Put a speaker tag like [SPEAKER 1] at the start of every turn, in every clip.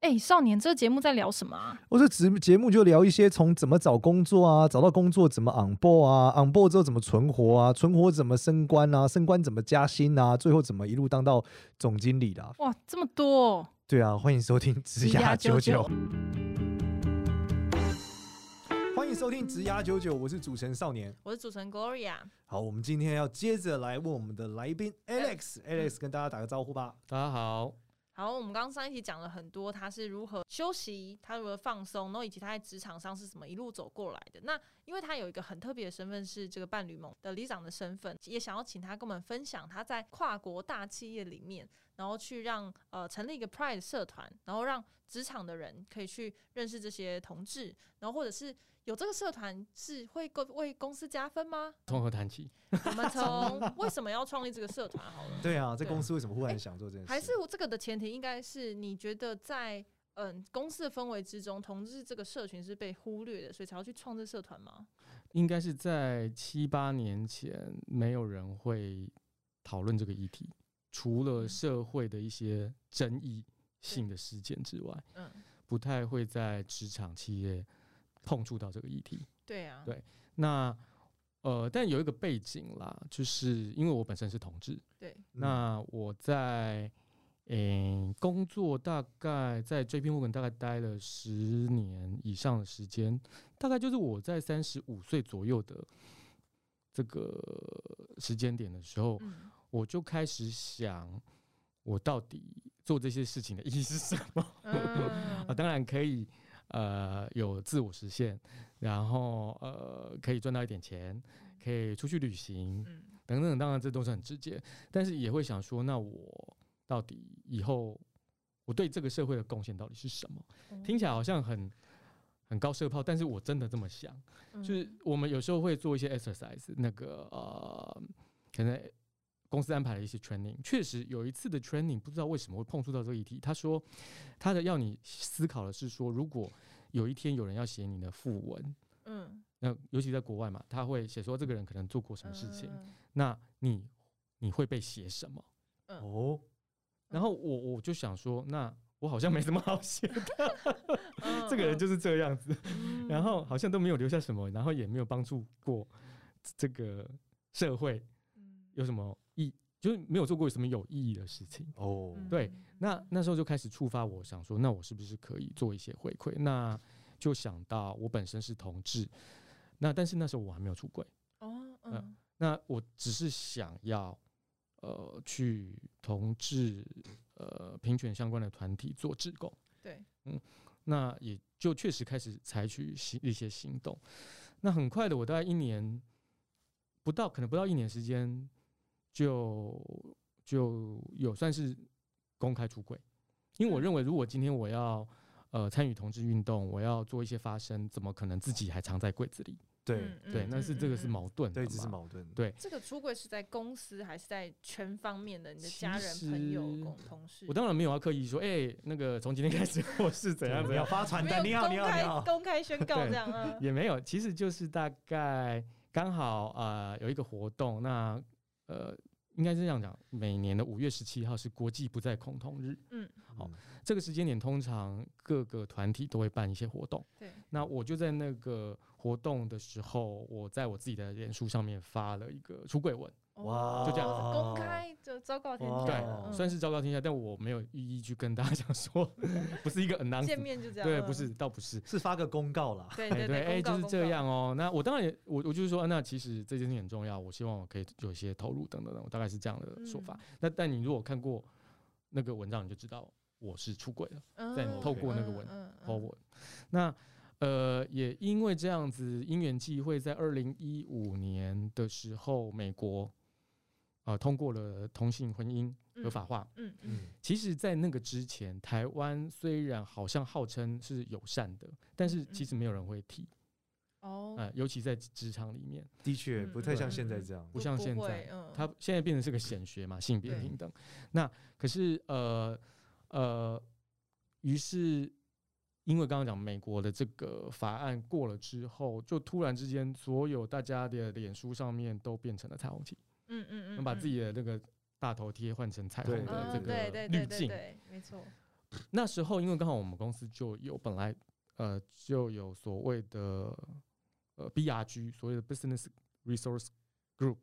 [SPEAKER 1] 哎、少年，这个节目在聊什么 啊？
[SPEAKER 2] 我这节节目就聊一些从怎么找工作啊，找到工作怎么 on board 啊，on board 之后怎么存活啊，存活怎么升官啊，升官怎么加薪啊，最后怎么一路当到总经理啦。
[SPEAKER 1] 哇，这么多、哦！
[SPEAKER 2] 对啊，欢迎收听《职涯九九》。 欢迎收听《职涯九九》，我是主持人少年。
[SPEAKER 1] 我是主持人 Gloria，
[SPEAKER 2] 好，我们今天要接着来问我们的来宾
[SPEAKER 1] 哎嗯
[SPEAKER 2] Alex，Alex 跟大家打个招呼吧。
[SPEAKER 3] 大家好，
[SPEAKER 1] 好，我们刚刚上一集讲了很多，他是如何休息，他如何放松，然后以及他在职场上是怎么一路走过来的。那因为他有一个很特别的身份是这个伴侣盟的理事长的身份，也想要请他跟我们分享他在跨国大企业里面，然后去让呃成立一个 Pride 社团，然后让职场的人可以去认识这些同志，然后或者是有这个社团是会够为公司加分吗？
[SPEAKER 3] 从何谈起？
[SPEAKER 1] 我们从为什么要创立这个社团好了。
[SPEAKER 2] 对啊，这
[SPEAKER 1] 对啊
[SPEAKER 2] 公司为什么忽然想做这件事？
[SPEAKER 1] 还是我这个的前提应该是你觉得在嗯公司的氛围之中，同志这个社群是被忽略的，所以才要去创这社团吗？
[SPEAKER 3] 应该是在七八年前，没有人会讨论这个议题，除了社会的一些争议性的事件之外，
[SPEAKER 1] 嗯，
[SPEAKER 3] 不太会在职场企业碰触到这个议题。
[SPEAKER 1] 对啊，
[SPEAKER 3] 对那呃，但有一个背景啦，就是因为我本身是同志，
[SPEAKER 1] 对
[SPEAKER 2] 嗯
[SPEAKER 3] 那我在诶、工作大概在 J.P. Morgan 大概待了十年以上的时间，大概就是我在三十五岁左右的这个时间点的时候，
[SPEAKER 1] 嗯，
[SPEAKER 3] 我就开始想，我到底做这些事情的意义是什么？ 啊，
[SPEAKER 1] 嗯
[SPEAKER 3] 当然可以，呃，有自我实现，然后呃，可以赚到一点钱，可以出去旅行
[SPEAKER 1] 嗯
[SPEAKER 3] 等等，当然这都是很直接，但是也会想说，那我到底以后我对这个社会的贡献到底是什么？
[SPEAKER 1] 嗯
[SPEAKER 3] 听起来好像很很高射炮，但是我真的这么想，
[SPEAKER 1] 嗯
[SPEAKER 3] 就是我们有时候会做一些 exercise，那个呃，可能公司安排了一些 training，确实有一次的 training，不知道为什么会碰触到这个议题。他说，他的要你思考的是说，如果有一天有人要写你的讣文，
[SPEAKER 1] 嗯
[SPEAKER 3] 那尤其在国外嘛，他会写说这个人可能做过什么事情，
[SPEAKER 1] 嗯
[SPEAKER 3] 那你你会被写什么？
[SPEAKER 2] 哦，
[SPEAKER 3] 然后我我就想说，那我好像没什么好写的，
[SPEAKER 1] 嗯
[SPEAKER 3] 这个人
[SPEAKER 1] 嗯
[SPEAKER 3] 就是这样子。
[SPEAKER 1] 嗯
[SPEAKER 3] 然后好像都没有留下什么，然后也没有帮助过这个社会
[SPEAKER 1] 嗯
[SPEAKER 3] 有什么意，就是没有做过什么有意义的事情。
[SPEAKER 2] 哦，
[SPEAKER 1] 嗯
[SPEAKER 3] 对，那那时候就开始触发我想说，那我是不是可以做一些回馈？那就想到我本身是同志，那但是那时候我还没有出轨，
[SPEAKER 1] 哦，
[SPEAKER 3] 嗯
[SPEAKER 1] 嗯
[SPEAKER 3] 那我只是想要呃去同志呃平权相关的团体做志工。
[SPEAKER 1] 对，
[SPEAKER 3] 那也就确实开始采取行一些行动。那很快的，我大概一年不到，可能不到一年时间，就就有算是公开出柜。因为我
[SPEAKER 1] 嗯
[SPEAKER 3] 认为，如果今天我要呃参与同志运动，我要做一些发声，怎么可能自己还藏在柜子里？
[SPEAKER 2] 对
[SPEAKER 1] 嗯
[SPEAKER 3] 对，
[SPEAKER 1] 嗯
[SPEAKER 3] 那是
[SPEAKER 1] 嗯
[SPEAKER 3] 这个
[SPEAKER 1] 嗯
[SPEAKER 3] 是
[SPEAKER 1] 嗯
[SPEAKER 3] 矛盾的
[SPEAKER 2] 对，
[SPEAKER 3] 嘛。
[SPEAKER 2] 这是矛盾。
[SPEAKER 3] 对
[SPEAKER 1] 这个出柜是在公司还是在全方面的？你的
[SPEAKER 3] 其
[SPEAKER 1] 家人、朋友、
[SPEAKER 3] 实
[SPEAKER 1] 共同事，
[SPEAKER 3] 我当然没有要刻意说，哎、那个从今天开始 我是怎样
[SPEAKER 2] 你
[SPEAKER 3] 怎
[SPEAKER 2] 要
[SPEAKER 3] 样，
[SPEAKER 2] 发传
[SPEAKER 1] 没
[SPEAKER 2] 单，
[SPEAKER 1] 有
[SPEAKER 2] 你要，你
[SPEAKER 1] 公
[SPEAKER 2] 要，你
[SPEAKER 1] 开
[SPEAKER 2] 要。
[SPEAKER 1] 公开宣告
[SPEAKER 3] 对
[SPEAKER 1] 这样 啊，
[SPEAKER 3] 也没有，其实就是大概刚好呃有一个活动，那呃应该是这样讲，每年的五月十七号是国际不再恐同日，
[SPEAKER 1] 嗯，
[SPEAKER 3] 好这个时间点通常各个团体都会办一些活动，
[SPEAKER 1] 对，
[SPEAKER 3] 那我就在那个活动的时候，我在我自己的脸书上面发了一个出柜文，
[SPEAKER 1] 哦
[SPEAKER 2] 哇
[SPEAKER 3] 就这样
[SPEAKER 1] 是公开就昭告天
[SPEAKER 2] 哇
[SPEAKER 1] 下了，
[SPEAKER 2] 哦
[SPEAKER 1] 嗯
[SPEAKER 3] 虽然是昭告天下，但我没有寓意去跟大家 讲说不是一个 announce，
[SPEAKER 1] 见面就这样，
[SPEAKER 3] 对，
[SPEAKER 1] 嗯
[SPEAKER 3] 不是，倒不是。
[SPEAKER 2] 是发个公告啦。
[SPEAKER 1] 对
[SPEAKER 3] 哎，
[SPEAKER 1] 对
[SPEAKER 3] 对，
[SPEAKER 1] 公告
[SPEAKER 3] 哎，就是
[SPEAKER 1] 公
[SPEAKER 3] 这
[SPEAKER 1] 告
[SPEAKER 3] 样哦。那我当然也，我我就是说，啊那其实这件事情很重要，我希望我可以有一些投入等等等，我大概是这样的说法。
[SPEAKER 1] 嗯
[SPEAKER 3] 那但你如果看过那个文章，你就知道我是出轨了，在你
[SPEAKER 1] 嗯
[SPEAKER 3] 透过那个
[SPEAKER 1] 嗯
[SPEAKER 3] 文
[SPEAKER 1] 嗯嗯
[SPEAKER 3] 后文。那呃，也因为这样子因缘际会，在二零一五年的时候，美国呃通过了同性婚姻合法化。
[SPEAKER 1] 嗯嗯
[SPEAKER 2] 嗯，
[SPEAKER 3] 其实，在那个之前，台湾虽然好像号称是友善的，但是其实没有人会提。
[SPEAKER 1] 嗯哦，
[SPEAKER 3] 呃，尤其在职场里面，
[SPEAKER 2] 的确
[SPEAKER 1] 嗯
[SPEAKER 2] 不太像
[SPEAKER 1] 嗯
[SPEAKER 2] 现在
[SPEAKER 1] 嗯
[SPEAKER 2] 这样。
[SPEAKER 3] 不像现
[SPEAKER 1] 会
[SPEAKER 3] 在，
[SPEAKER 1] 嗯
[SPEAKER 3] 它现在变成是个显学嘛，性别
[SPEAKER 1] 对
[SPEAKER 3] 平等。那可是呃呃，于是因为刚刚讲美国的这个法案过了之后，就突然之间，所有大家的脸书上面都变成了彩虹旗，
[SPEAKER 1] 嗯嗯嗯，
[SPEAKER 3] 能把
[SPEAKER 1] 嗯
[SPEAKER 3] 自己的那个大头贴换成彩虹
[SPEAKER 2] 对
[SPEAKER 3] 的
[SPEAKER 1] 嗯
[SPEAKER 3] 这
[SPEAKER 1] 对对
[SPEAKER 3] 个
[SPEAKER 1] 对
[SPEAKER 3] 滤
[SPEAKER 1] 对
[SPEAKER 3] 镜。
[SPEAKER 1] 对，没错，
[SPEAKER 3] 那时候因为刚好我们公司就有本来呃就有所谓的呃 BRG，所谓的 Business Resource Group，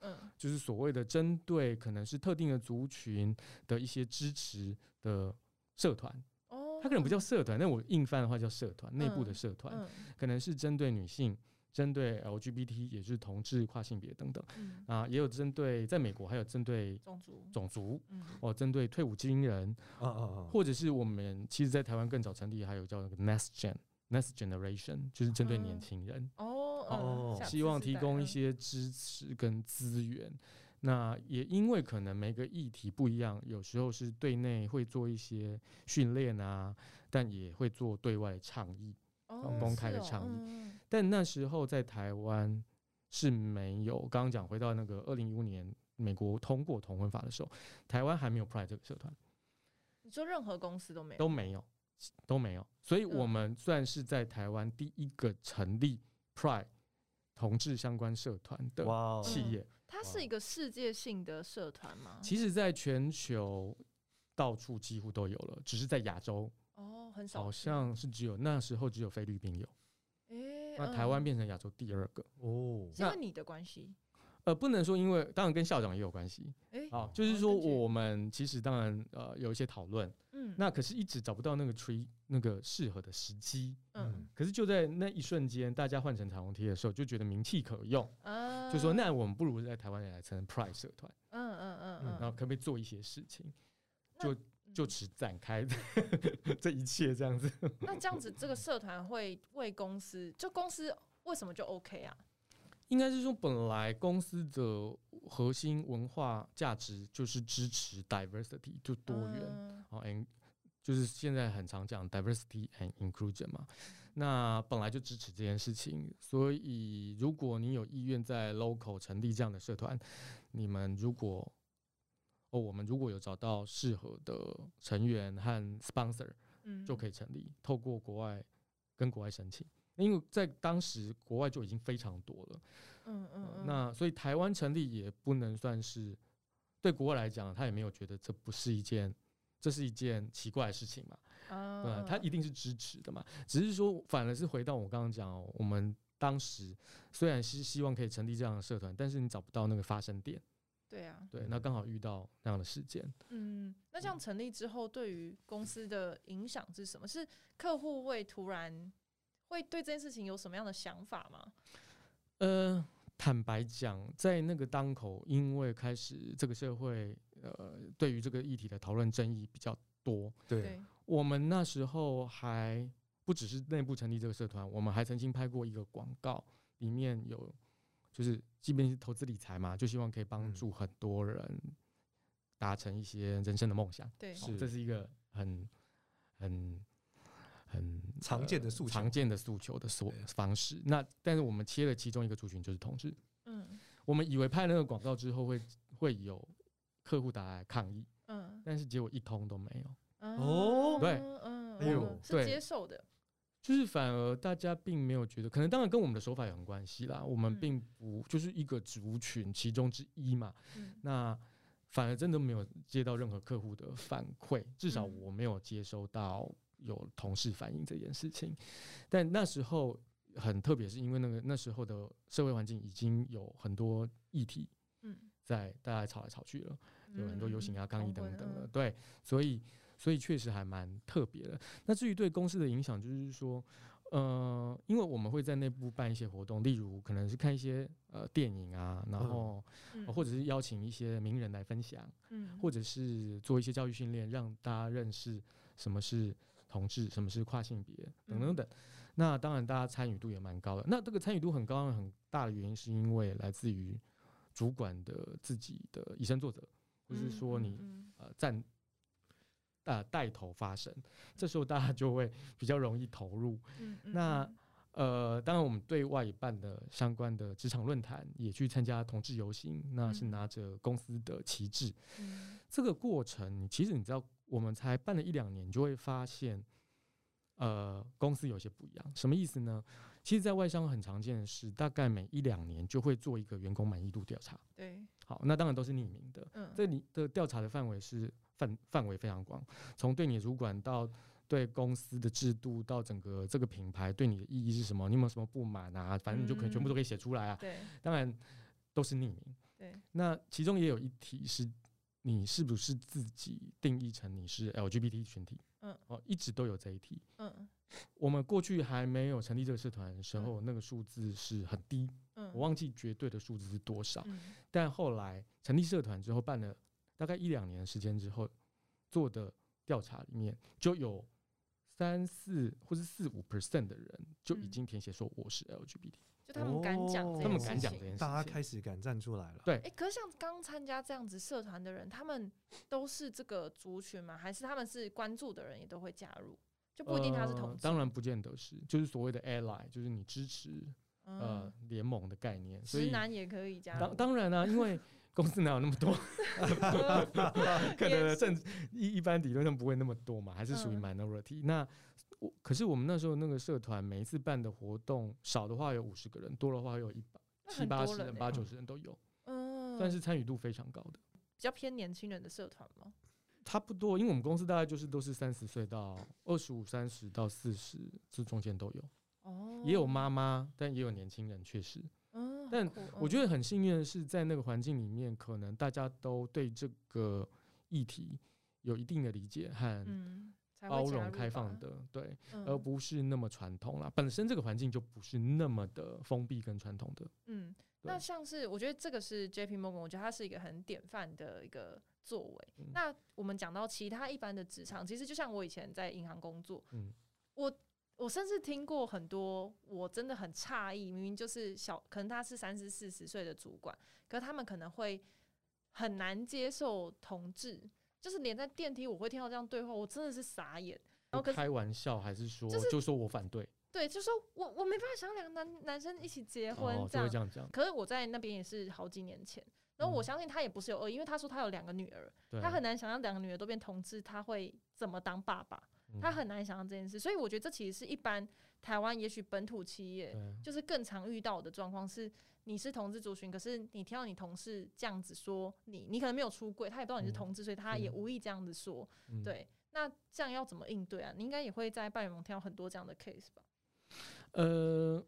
[SPEAKER 1] 嗯
[SPEAKER 3] 就是所谓的针对可能是特定的族群的一些支持的社团，
[SPEAKER 1] 哦，
[SPEAKER 3] 它可能不叫社团，但我硬翻的话叫社团，内部的
[SPEAKER 1] 嗯
[SPEAKER 3] 社团，
[SPEAKER 1] 嗯
[SPEAKER 3] 可能是针对女性，针对 LGBT，也就是同志、跨性别等等
[SPEAKER 1] 嗯
[SPEAKER 3] 啊，也有针对在美国还有针对
[SPEAKER 1] 种族
[SPEAKER 3] 种族
[SPEAKER 1] 嗯
[SPEAKER 3] 哦，针对退伍军人，
[SPEAKER 2] 啊啊啊！
[SPEAKER 3] 或者是我们其实，在台湾更早成立还有叫那个 Next Gen。Next generation 就是针对年
[SPEAKER 1] 嗯
[SPEAKER 3] 轻人，
[SPEAKER 1] 哦
[SPEAKER 2] 哦
[SPEAKER 1] 嗯下
[SPEAKER 3] 希望
[SPEAKER 1] 次世
[SPEAKER 3] 提
[SPEAKER 1] 代
[SPEAKER 3] 供一
[SPEAKER 1] 嗯
[SPEAKER 3] 些支持跟资源。那也因为可能每个议题不一样，有时候是对内会做一些训练啊，但也会做对外倡议。
[SPEAKER 1] 哦
[SPEAKER 3] 公开
[SPEAKER 1] 是
[SPEAKER 3] 的
[SPEAKER 1] 哦
[SPEAKER 3] 倡议
[SPEAKER 1] 嗯
[SPEAKER 3] 但那时候在台湾是没有，刚刚讲回到那个二零一五年美国通过同婚法的时候，台湾还没有 Pride 这个社团，
[SPEAKER 1] 你说任何公司都没有
[SPEAKER 3] 都没有，都没有，所以我
[SPEAKER 1] 嗯
[SPEAKER 3] 们算是在台湾第一个成立 Pride 同志相关社团的
[SPEAKER 2] 哇哦，
[SPEAKER 3] 企业。
[SPEAKER 1] 它是一个世界性的社团吗？
[SPEAKER 3] 其实，在全球到处几乎都有了，只是在亚洲
[SPEAKER 1] 哦，很少
[SPEAKER 3] 好
[SPEAKER 1] 见，
[SPEAKER 3] 像是只有那时候只有菲律宾有，
[SPEAKER 1] 诶，
[SPEAKER 3] 那台湾
[SPEAKER 1] 嗯
[SPEAKER 3] 变成亚洲第二个。
[SPEAKER 2] 哦，
[SPEAKER 1] 是因
[SPEAKER 3] 那
[SPEAKER 1] 为你的关系，
[SPEAKER 3] 呃，不能说因为当然跟校长也有关系，
[SPEAKER 1] 诶，
[SPEAKER 3] 啊，就是
[SPEAKER 1] 哦
[SPEAKER 3] 说
[SPEAKER 1] 根据
[SPEAKER 3] 我们其实当然呃有一些讨论，
[SPEAKER 1] 嗯，
[SPEAKER 3] 那可是一直找不到那个 tree 那个适合的时机。
[SPEAKER 1] 嗯
[SPEAKER 3] 可是就在那一瞬间，大家换成彩虹贴的时候，就觉得名气可用，
[SPEAKER 1] 啊，
[SPEAKER 3] 嗯就说那我们不如在台湾也来成 Pride 社团，
[SPEAKER 1] 嗯嗯嗯
[SPEAKER 2] 嗯
[SPEAKER 1] 嗯，
[SPEAKER 3] 然后可不可以做一些事情，就
[SPEAKER 1] 嗯
[SPEAKER 3] 就此展开 这一切这样子。
[SPEAKER 1] 那这样子，这个社团会为公司，就公司为什么就 OK 啊？
[SPEAKER 3] 应该是说，本来公司的核心文化价值就是支持 diversity，就多元。
[SPEAKER 1] 嗯
[SPEAKER 3] 好 and 就是现在很常讲 diversity and inclusion 嘛，那本来就支持这件事情，所以如果你有意愿在 local 成立这样的社团，你们如果哦，我们如果有找到适合的成员和 sponsor，
[SPEAKER 1] 嗯
[SPEAKER 3] 就可以成立，透过国外跟国外申请，因为在当时国外就已经非常多了，
[SPEAKER 1] 嗯嗯
[SPEAKER 3] 呃
[SPEAKER 1] 嗯，
[SPEAKER 3] 那所以台湾成立也不能算是对国外来讲，他也没有觉得这不是一件，这是一件奇怪的事情嘛，对吧、
[SPEAKER 1] 啊，
[SPEAKER 3] 他一定是支持的嘛，只是说反而是回到我刚刚讲、哦，我们当时虽然是希望可以成立这样的社团，但是你找不到那个发生点，
[SPEAKER 1] 对啊，
[SPEAKER 3] 对，那刚好遇到那样的事件，
[SPEAKER 1] 嗯，那这样成立之后，对于公司的影响是什么？是客户会突然会对这件事情有什么样的想法吗？
[SPEAKER 3] 呃。坦白讲，在那个当口，因为开始这个社会，呃，对于这个议题的讨论争议比较多，
[SPEAKER 2] 对，
[SPEAKER 1] 对，
[SPEAKER 3] 我们那时候还不只是内部成立这个社团，我们还曾经拍过一个广告，里面有就是，即便是投资理财嘛，就希望可以帮
[SPEAKER 2] 嗯
[SPEAKER 3] 助很多人达成一些人生的梦想。
[SPEAKER 1] 对，
[SPEAKER 3] 哦这是一个很很很呃
[SPEAKER 2] 常见的诉求
[SPEAKER 3] 常见的诉求的所
[SPEAKER 2] 对
[SPEAKER 3] 方式。那但是我们切了其中一个族群，就是同志。
[SPEAKER 1] 嗯
[SPEAKER 3] 我们以为拍那个广告之后会会有客户打来抗议，
[SPEAKER 1] 嗯
[SPEAKER 3] 但是结果一通都没有。
[SPEAKER 1] 嗯
[SPEAKER 2] 哦
[SPEAKER 3] 对
[SPEAKER 1] 嗯，
[SPEAKER 2] 哎呦
[SPEAKER 1] 嗯是
[SPEAKER 3] 对
[SPEAKER 1] 接受的，
[SPEAKER 3] 就是反而大家并没有觉得，可能当然跟我们的手法有很关系啦。我们
[SPEAKER 1] 嗯
[SPEAKER 3] 并不就是一个族群其中之一嘛，
[SPEAKER 1] 嗯
[SPEAKER 3] 那反而真的没有接到任何客户的反馈，至少
[SPEAKER 1] 嗯
[SPEAKER 3] 我没有接收到有同事反映这件事情。但那时候很特别，是因为那个那时候的社会环境已经有很多议题
[SPEAKER 1] 嗯，
[SPEAKER 3] 在大家吵来吵去了，有很多游行啊、抗议等等的，
[SPEAKER 1] 的，
[SPEAKER 3] 对，所以所以确实还蛮特别的。那至于对公司的影响，就是说，呃，因为我们会在内部办一些活动，例如可能是看一些呃电影啊，然
[SPEAKER 2] 嗯
[SPEAKER 3] 后、
[SPEAKER 1] 嗯
[SPEAKER 3] 呃或者是邀请一些名人来分享，
[SPEAKER 1] 嗯
[SPEAKER 3] 或者是做一些教育训练，让大家认识什么是同志，什么是跨性别等等
[SPEAKER 1] 嗯
[SPEAKER 3] 等。那当然，大家参与度也蛮高的。那这个参与度很高，很大的原因是因为来自于主管的自己的以身作则，或是
[SPEAKER 1] 嗯
[SPEAKER 3] 说
[SPEAKER 1] 嗯
[SPEAKER 3] 你
[SPEAKER 1] 嗯
[SPEAKER 3] 呃站呃带头发声，这时候大家就会比较容易投入。
[SPEAKER 1] 嗯嗯
[SPEAKER 3] 那
[SPEAKER 1] 嗯
[SPEAKER 3] 呃，当然我们对外也办的相关的职场论坛，也去参加同志游行，那是
[SPEAKER 1] 嗯
[SPEAKER 3] 拿着公司的旗帜。
[SPEAKER 1] 嗯
[SPEAKER 3] 这个过程，其实你知道，我们才办了一两年，你就会发现。呃，公司有些不一样，什么意思呢？其实，在外商很常见的是，大概每一两年就会做一个员工满意度调查。
[SPEAKER 1] 对，
[SPEAKER 3] 好，那当然都是匿名的，
[SPEAKER 1] 嗯，
[SPEAKER 3] 这里的调查的范围是范范围非常广，从对你的主管到对公司的制度，到整个这个品牌对你的意义是什么，你有没有什么不满啊？反正你就可以全部都可以写出来啊。
[SPEAKER 1] 对
[SPEAKER 3] 当然都是匿名。
[SPEAKER 1] 对，
[SPEAKER 3] 那其中也有一题是你是不是自己定义成你是 LGBT 群体？
[SPEAKER 1] 嗯，
[SPEAKER 3] 哦，一直都有这一题。
[SPEAKER 1] 嗯
[SPEAKER 3] 我们过去还没有成立这个社团的时候，那个数字是很低，
[SPEAKER 1] 嗯，
[SPEAKER 3] 我忘记绝对的数字是多少。
[SPEAKER 1] 嗯
[SPEAKER 3] 但后来成立社团之后，办了大概一两年的时间之后，做的调查里面就有三四或是四五 percent 的人就已
[SPEAKER 1] 嗯
[SPEAKER 3] 经填写说我是 LGBT，、
[SPEAKER 1] 就他们敢讲这件事情，
[SPEAKER 2] 哦
[SPEAKER 3] 他们敢讲这件事
[SPEAKER 2] 大家
[SPEAKER 3] 情。
[SPEAKER 2] 开始敢站出来了。
[SPEAKER 3] 对
[SPEAKER 1] 哎、可是像刚参加这样子社团的人，他们都是这个族群吗？还是他们是关注的人也都会加入？就不一定他是同
[SPEAKER 3] 呃
[SPEAKER 1] 志，
[SPEAKER 3] 当然不见得是，就是所谓的 ally，就是你支持
[SPEAKER 1] 嗯
[SPEAKER 3] 呃联盟的概念。所
[SPEAKER 1] 直
[SPEAKER 3] 以
[SPEAKER 1] 男也可以加
[SPEAKER 3] 当
[SPEAKER 1] 入，
[SPEAKER 3] 当然啦、啊因为公司哪有那么 多， 可能
[SPEAKER 1] 也
[SPEAKER 3] 正一一般理论上不会那么多嘛，还是属于
[SPEAKER 1] 嗯
[SPEAKER 3] minority。那我可是我们那时候那个社团每一次办的活动，少的话有五十个人，多的话有一百
[SPEAKER 1] 那
[SPEAKER 3] 七
[SPEAKER 1] 很
[SPEAKER 3] 八
[SPEAKER 1] 多
[SPEAKER 3] 十人、
[SPEAKER 1] 欸
[SPEAKER 3] 八九十人都有，
[SPEAKER 1] 嗯，
[SPEAKER 3] 但是参与度非常高的。
[SPEAKER 1] 比较偏年轻人的社团吗？
[SPEAKER 3] 差不多，因为我们公司大概就是都是三十岁到二十五、三十到四十这中间都有，
[SPEAKER 1] 哦，
[SPEAKER 3] 也有妈妈，但也有年轻人，确实。
[SPEAKER 1] 嗯，
[SPEAKER 3] 但
[SPEAKER 1] 好酷
[SPEAKER 3] 我觉
[SPEAKER 1] 嗯
[SPEAKER 3] 得很幸运的是，在那个环境里面，可能大家都对这个议题有一定的理解和
[SPEAKER 1] 嗯，才会
[SPEAKER 3] 包
[SPEAKER 1] 加
[SPEAKER 3] 容、
[SPEAKER 1] 入
[SPEAKER 3] 开放
[SPEAKER 1] 吧，
[SPEAKER 3] 的，对，
[SPEAKER 1] 嗯、
[SPEAKER 3] 而不是那么传统啦。本身这个环境就不是那么的封闭跟传统的，
[SPEAKER 1] 嗯，那
[SPEAKER 3] 对
[SPEAKER 1] 像是我觉得这个是 J.P. Morgan，我觉得它是一个很典范的一个作为。
[SPEAKER 3] 嗯
[SPEAKER 1] 那我们讲到其他一般的职场，其实就像我以前在银行工作，
[SPEAKER 3] 嗯
[SPEAKER 1] 我我甚至听过很多，我真的很诧异，明明就是小，可能他是三十四十岁的主管，可是他们可能会很难接受同志，就是连在电梯我会听到这样对话，我真的是傻眼。然后
[SPEAKER 3] 我
[SPEAKER 1] 可是
[SPEAKER 3] 开玩笑还是说
[SPEAKER 1] 就是
[SPEAKER 3] 就说我反对，
[SPEAKER 1] 对，就说我我没办法想象两个男男生一起结婚
[SPEAKER 3] 哦，
[SPEAKER 1] 这
[SPEAKER 3] 就会
[SPEAKER 1] 样
[SPEAKER 3] 这。样讲，
[SPEAKER 1] 可是我在那边也是好几年前，然后我
[SPEAKER 3] 嗯
[SPEAKER 1] 相信他也不是有恶意，因为他说他有两个女儿，
[SPEAKER 3] 对，
[SPEAKER 1] 他很难想象两个女儿都变同志，他会怎么当爸爸，
[SPEAKER 3] 嗯
[SPEAKER 1] 他很难想象这件事。所以我觉得这其实是一般台湾也许本土企业
[SPEAKER 3] 对
[SPEAKER 1] 就是更常遇到的状况是，你是同志族群，可是你听到你同事这样子说你，你可能没有出柜，他也不知道你是
[SPEAKER 3] 嗯
[SPEAKER 1] 同志，所以他也
[SPEAKER 3] 嗯
[SPEAKER 1] 无意这样子说，
[SPEAKER 3] 嗯
[SPEAKER 1] 对。那这样要怎么应对啊？你应该也会在半圆盟听到很多这样的 case 吧？
[SPEAKER 3] 呃，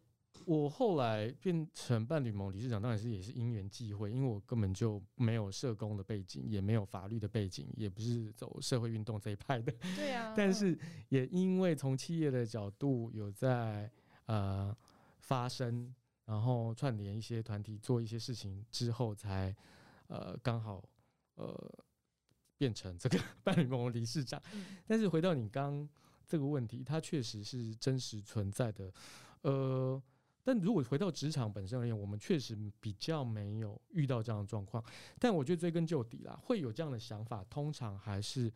[SPEAKER 3] 我后来变成伴侣盟理事长，当然是也是因缘际会，因为我根本就没有社工的背景，也没有法律的背景，也不是走社会运动这一派的。
[SPEAKER 1] 对啊，
[SPEAKER 3] 但
[SPEAKER 1] 嗯
[SPEAKER 3] 是也因为从企业的角度有在呃发声，然后串联一些团体做一些事情之后才，呃刚好呃变成这个 伴侣盟的理事长。
[SPEAKER 1] 嗯
[SPEAKER 3] 但是回到你刚这个问题，它确实是真实存在的。呃，但如果回到职场本身而言，我们确实比较没有遇到这样的状况。但我觉得追根究底啦，会有这样的想法，通常还是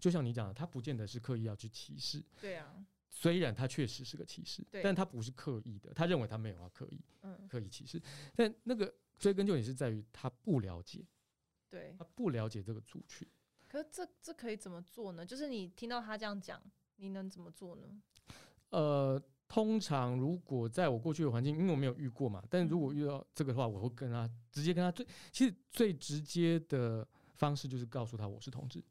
[SPEAKER 3] 就像你讲的，他不见得是刻意要去歧视，
[SPEAKER 1] 对啊，
[SPEAKER 3] 虽然他确实是个歧视
[SPEAKER 1] 对，
[SPEAKER 3] 但他不是刻意的，他认为他没有要刻意
[SPEAKER 1] 嗯，
[SPEAKER 3] 刻意歧视，但那个追根究底是在于他不了解，
[SPEAKER 1] 对。
[SPEAKER 3] 他不了解这个族群。
[SPEAKER 1] 可是这这可以怎么做呢？就是你听到他这样讲，你能怎么做呢？
[SPEAKER 3] 呃，通常如果在我过去的环境，因为我没有遇过嘛，但如果
[SPEAKER 1] 嗯
[SPEAKER 3] 遇到这个的话，我会跟他直接跟他最，其实最直接的方式就是告诉他我是同志。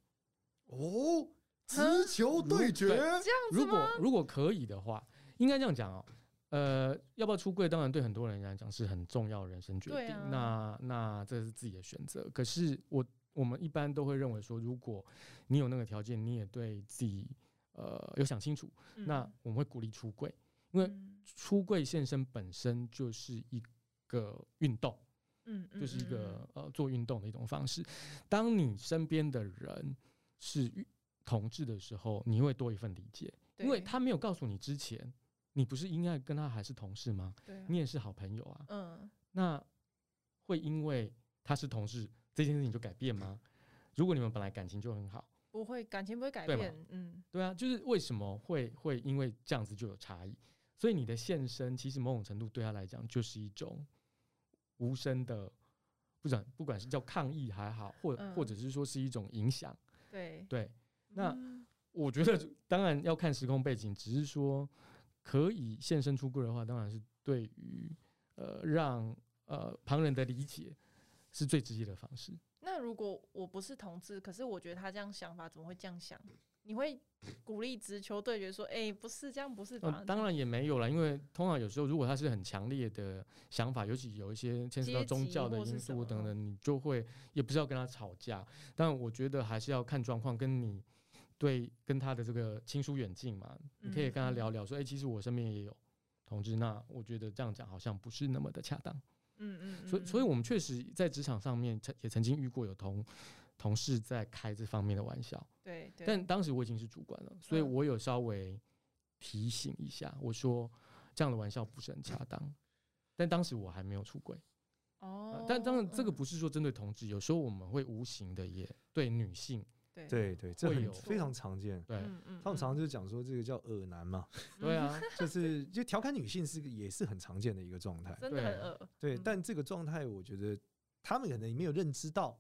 [SPEAKER 2] 哦，
[SPEAKER 1] 哈
[SPEAKER 2] 直球对决，
[SPEAKER 1] 这样子
[SPEAKER 3] 如
[SPEAKER 1] 吗？
[SPEAKER 3] 果如果可以的话，应该这样讲哦。呃，要不要出柜，当然对很多人来讲是很重要的人生决
[SPEAKER 1] 对
[SPEAKER 3] 定。
[SPEAKER 1] 啊
[SPEAKER 3] 那那这是自己的选择。可是我我们一般都会认为说，如果你有那个条件，你也对自己呃有想清楚，那我们会鼓励出柜。因为
[SPEAKER 1] 嗯
[SPEAKER 3] 出柜现身本身就是一个运动，
[SPEAKER 1] 嗯嗯
[SPEAKER 3] 就是一
[SPEAKER 1] 嗯
[SPEAKER 3] 个呃做运动的一种方式。当你身边的人是与同志的时候，你会多一份理解，因为
[SPEAKER 1] 嗯对
[SPEAKER 3] 他没有告诉你之前，你不是应该跟他还是同事吗？
[SPEAKER 1] 对啊
[SPEAKER 3] 你也是好朋友啊，
[SPEAKER 1] 嗯
[SPEAKER 3] 那会因为他是同事这件事情就改变吗？如果你们本来感情就很好，
[SPEAKER 1] 不会感情不会改
[SPEAKER 3] 对嘛
[SPEAKER 1] 变，嗯
[SPEAKER 3] 对啊，就是为什么会会因为这样子就有差异？所以你的现身其实某种程度对他来讲就是一种无声的，不管不管是叫抗议还好，或、
[SPEAKER 1] 嗯
[SPEAKER 3] 或者是说是一种影响。
[SPEAKER 1] 对。
[SPEAKER 3] 对，那
[SPEAKER 1] 嗯
[SPEAKER 3] 我觉得当然要看时空背景，只是说可以现身出柜的话，当然是对于呃让呃旁人的理解是最直接的方式。
[SPEAKER 1] 那如果我不是同志，可是我觉得他这样想法怎么会这样想？你会鼓励直球对决说：“哎、不是这样，不是吧嗯
[SPEAKER 3] 呃？”当然也没有啦，因为通常有时候如果他是很强烈的想法，尤其有一些牵涉到
[SPEAKER 1] 阶
[SPEAKER 3] 宗
[SPEAKER 1] 级
[SPEAKER 3] 教的
[SPEAKER 1] 或是
[SPEAKER 3] 因
[SPEAKER 1] 什
[SPEAKER 3] 素
[SPEAKER 1] 么
[SPEAKER 3] 等等，你就会也不是要跟他吵架，但我觉得还是要看状况，跟你对跟他的这个亲疏远近嘛，你可以跟他
[SPEAKER 1] 嗯
[SPEAKER 3] 聊聊说，哎、其实我身边也有同志，那我觉得这样讲好像不是那么的恰当。
[SPEAKER 1] 嗯嗯嗯，
[SPEAKER 3] 所以，所以
[SPEAKER 1] 以
[SPEAKER 3] 我们确实在职场上面曾也曾经遇过有同同事在开这方面的玩笑，
[SPEAKER 1] 对对，
[SPEAKER 3] 但当时我已经是主管了，所以
[SPEAKER 1] 嗯
[SPEAKER 3] 我有稍微提醒一下，我说这样的玩笑不是很恰当。但当时我还没有出轨、呃
[SPEAKER 1] 哦，
[SPEAKER 3] 但当然这个
[SPEAKER 1] 嗯
[SPEAKER 3] 不是说针对同志，有时候我们会无形的也对女性，
[SPEAKER 1] 对
[SPEAKER 2] 对对，这
[SPEAKER 3] 会
[SPEAKER 2] 很
[SPEAKER 3] 有
[SPEAKER 2] 非常常见。
[SPEAKER 3] 对、
[SPEAKER 1] 嗯嗯，
[SPEAKER 2] 他们常常
[SPEAKER 1] 嗯
[SPEAKER 2] 就讲说这个叫“恶男”嘛，
[SPEAKER 3] 对啊，
[SPEAKER 2] 就是就调侃女性是个也是很常见的一个状态。
[SPEAKER 1] 真的很
[SPEAKER 3] 对啊
[SPEAKER 1] 恶，
[SPEAKER 2] 对，
[SPEAKER 1] 嗯
[SPEAKER 2] 但这个状态，我觉得他们可能没有认知到，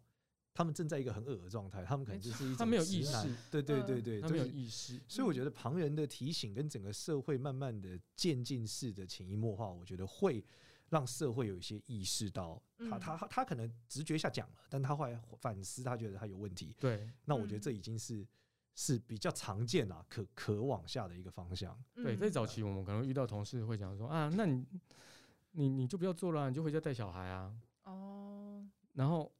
[SPEAKER 2] 他们正在一个很恶的状态，他们可能就是一种
[SPEAKER 3] 他没有意
[SPEAKER 2] 直男
[SPEAKER 3] 识。
[SPEAKER 2] 对对
[SPEAKER 1] 嗯
[SPEAKER 2] 对对，
[SPEAKER 3] 他
[SPEAKER 2] 就
[SPEAKER 3] 没有
[SPEAKER 2] 是
[SPEAKER 3] 意嗯识，
[SPEAKER 2] 所以我觉得旁人的提醒跟整个社会慢慢的渐进式的潜移默化，我觉得会让社会有一些意识到他、
[SPEAKER 1] 嗯
[SPEAKER 2] 他他他可能直觉下讲了，但他后来反思，他觉得他有问题。
[SPEAKER 3] 对
[SPEAKER 2] 那我觉得
[SPEAKER 1] 嗯
[SPEAKER 2] 这已经是、是比较常见啊，可可往下的一个方向。
[SPEAKER 3] 对，
[SPEAKER 1] 嗯
[SPEAKER 3] 在早期我们可能遇到同事会讲说啊，那你你你就不要做了啊、你就回家带小孩啊，
[SPEAKER 1] 哦，
[SPEAKER 3] 然后，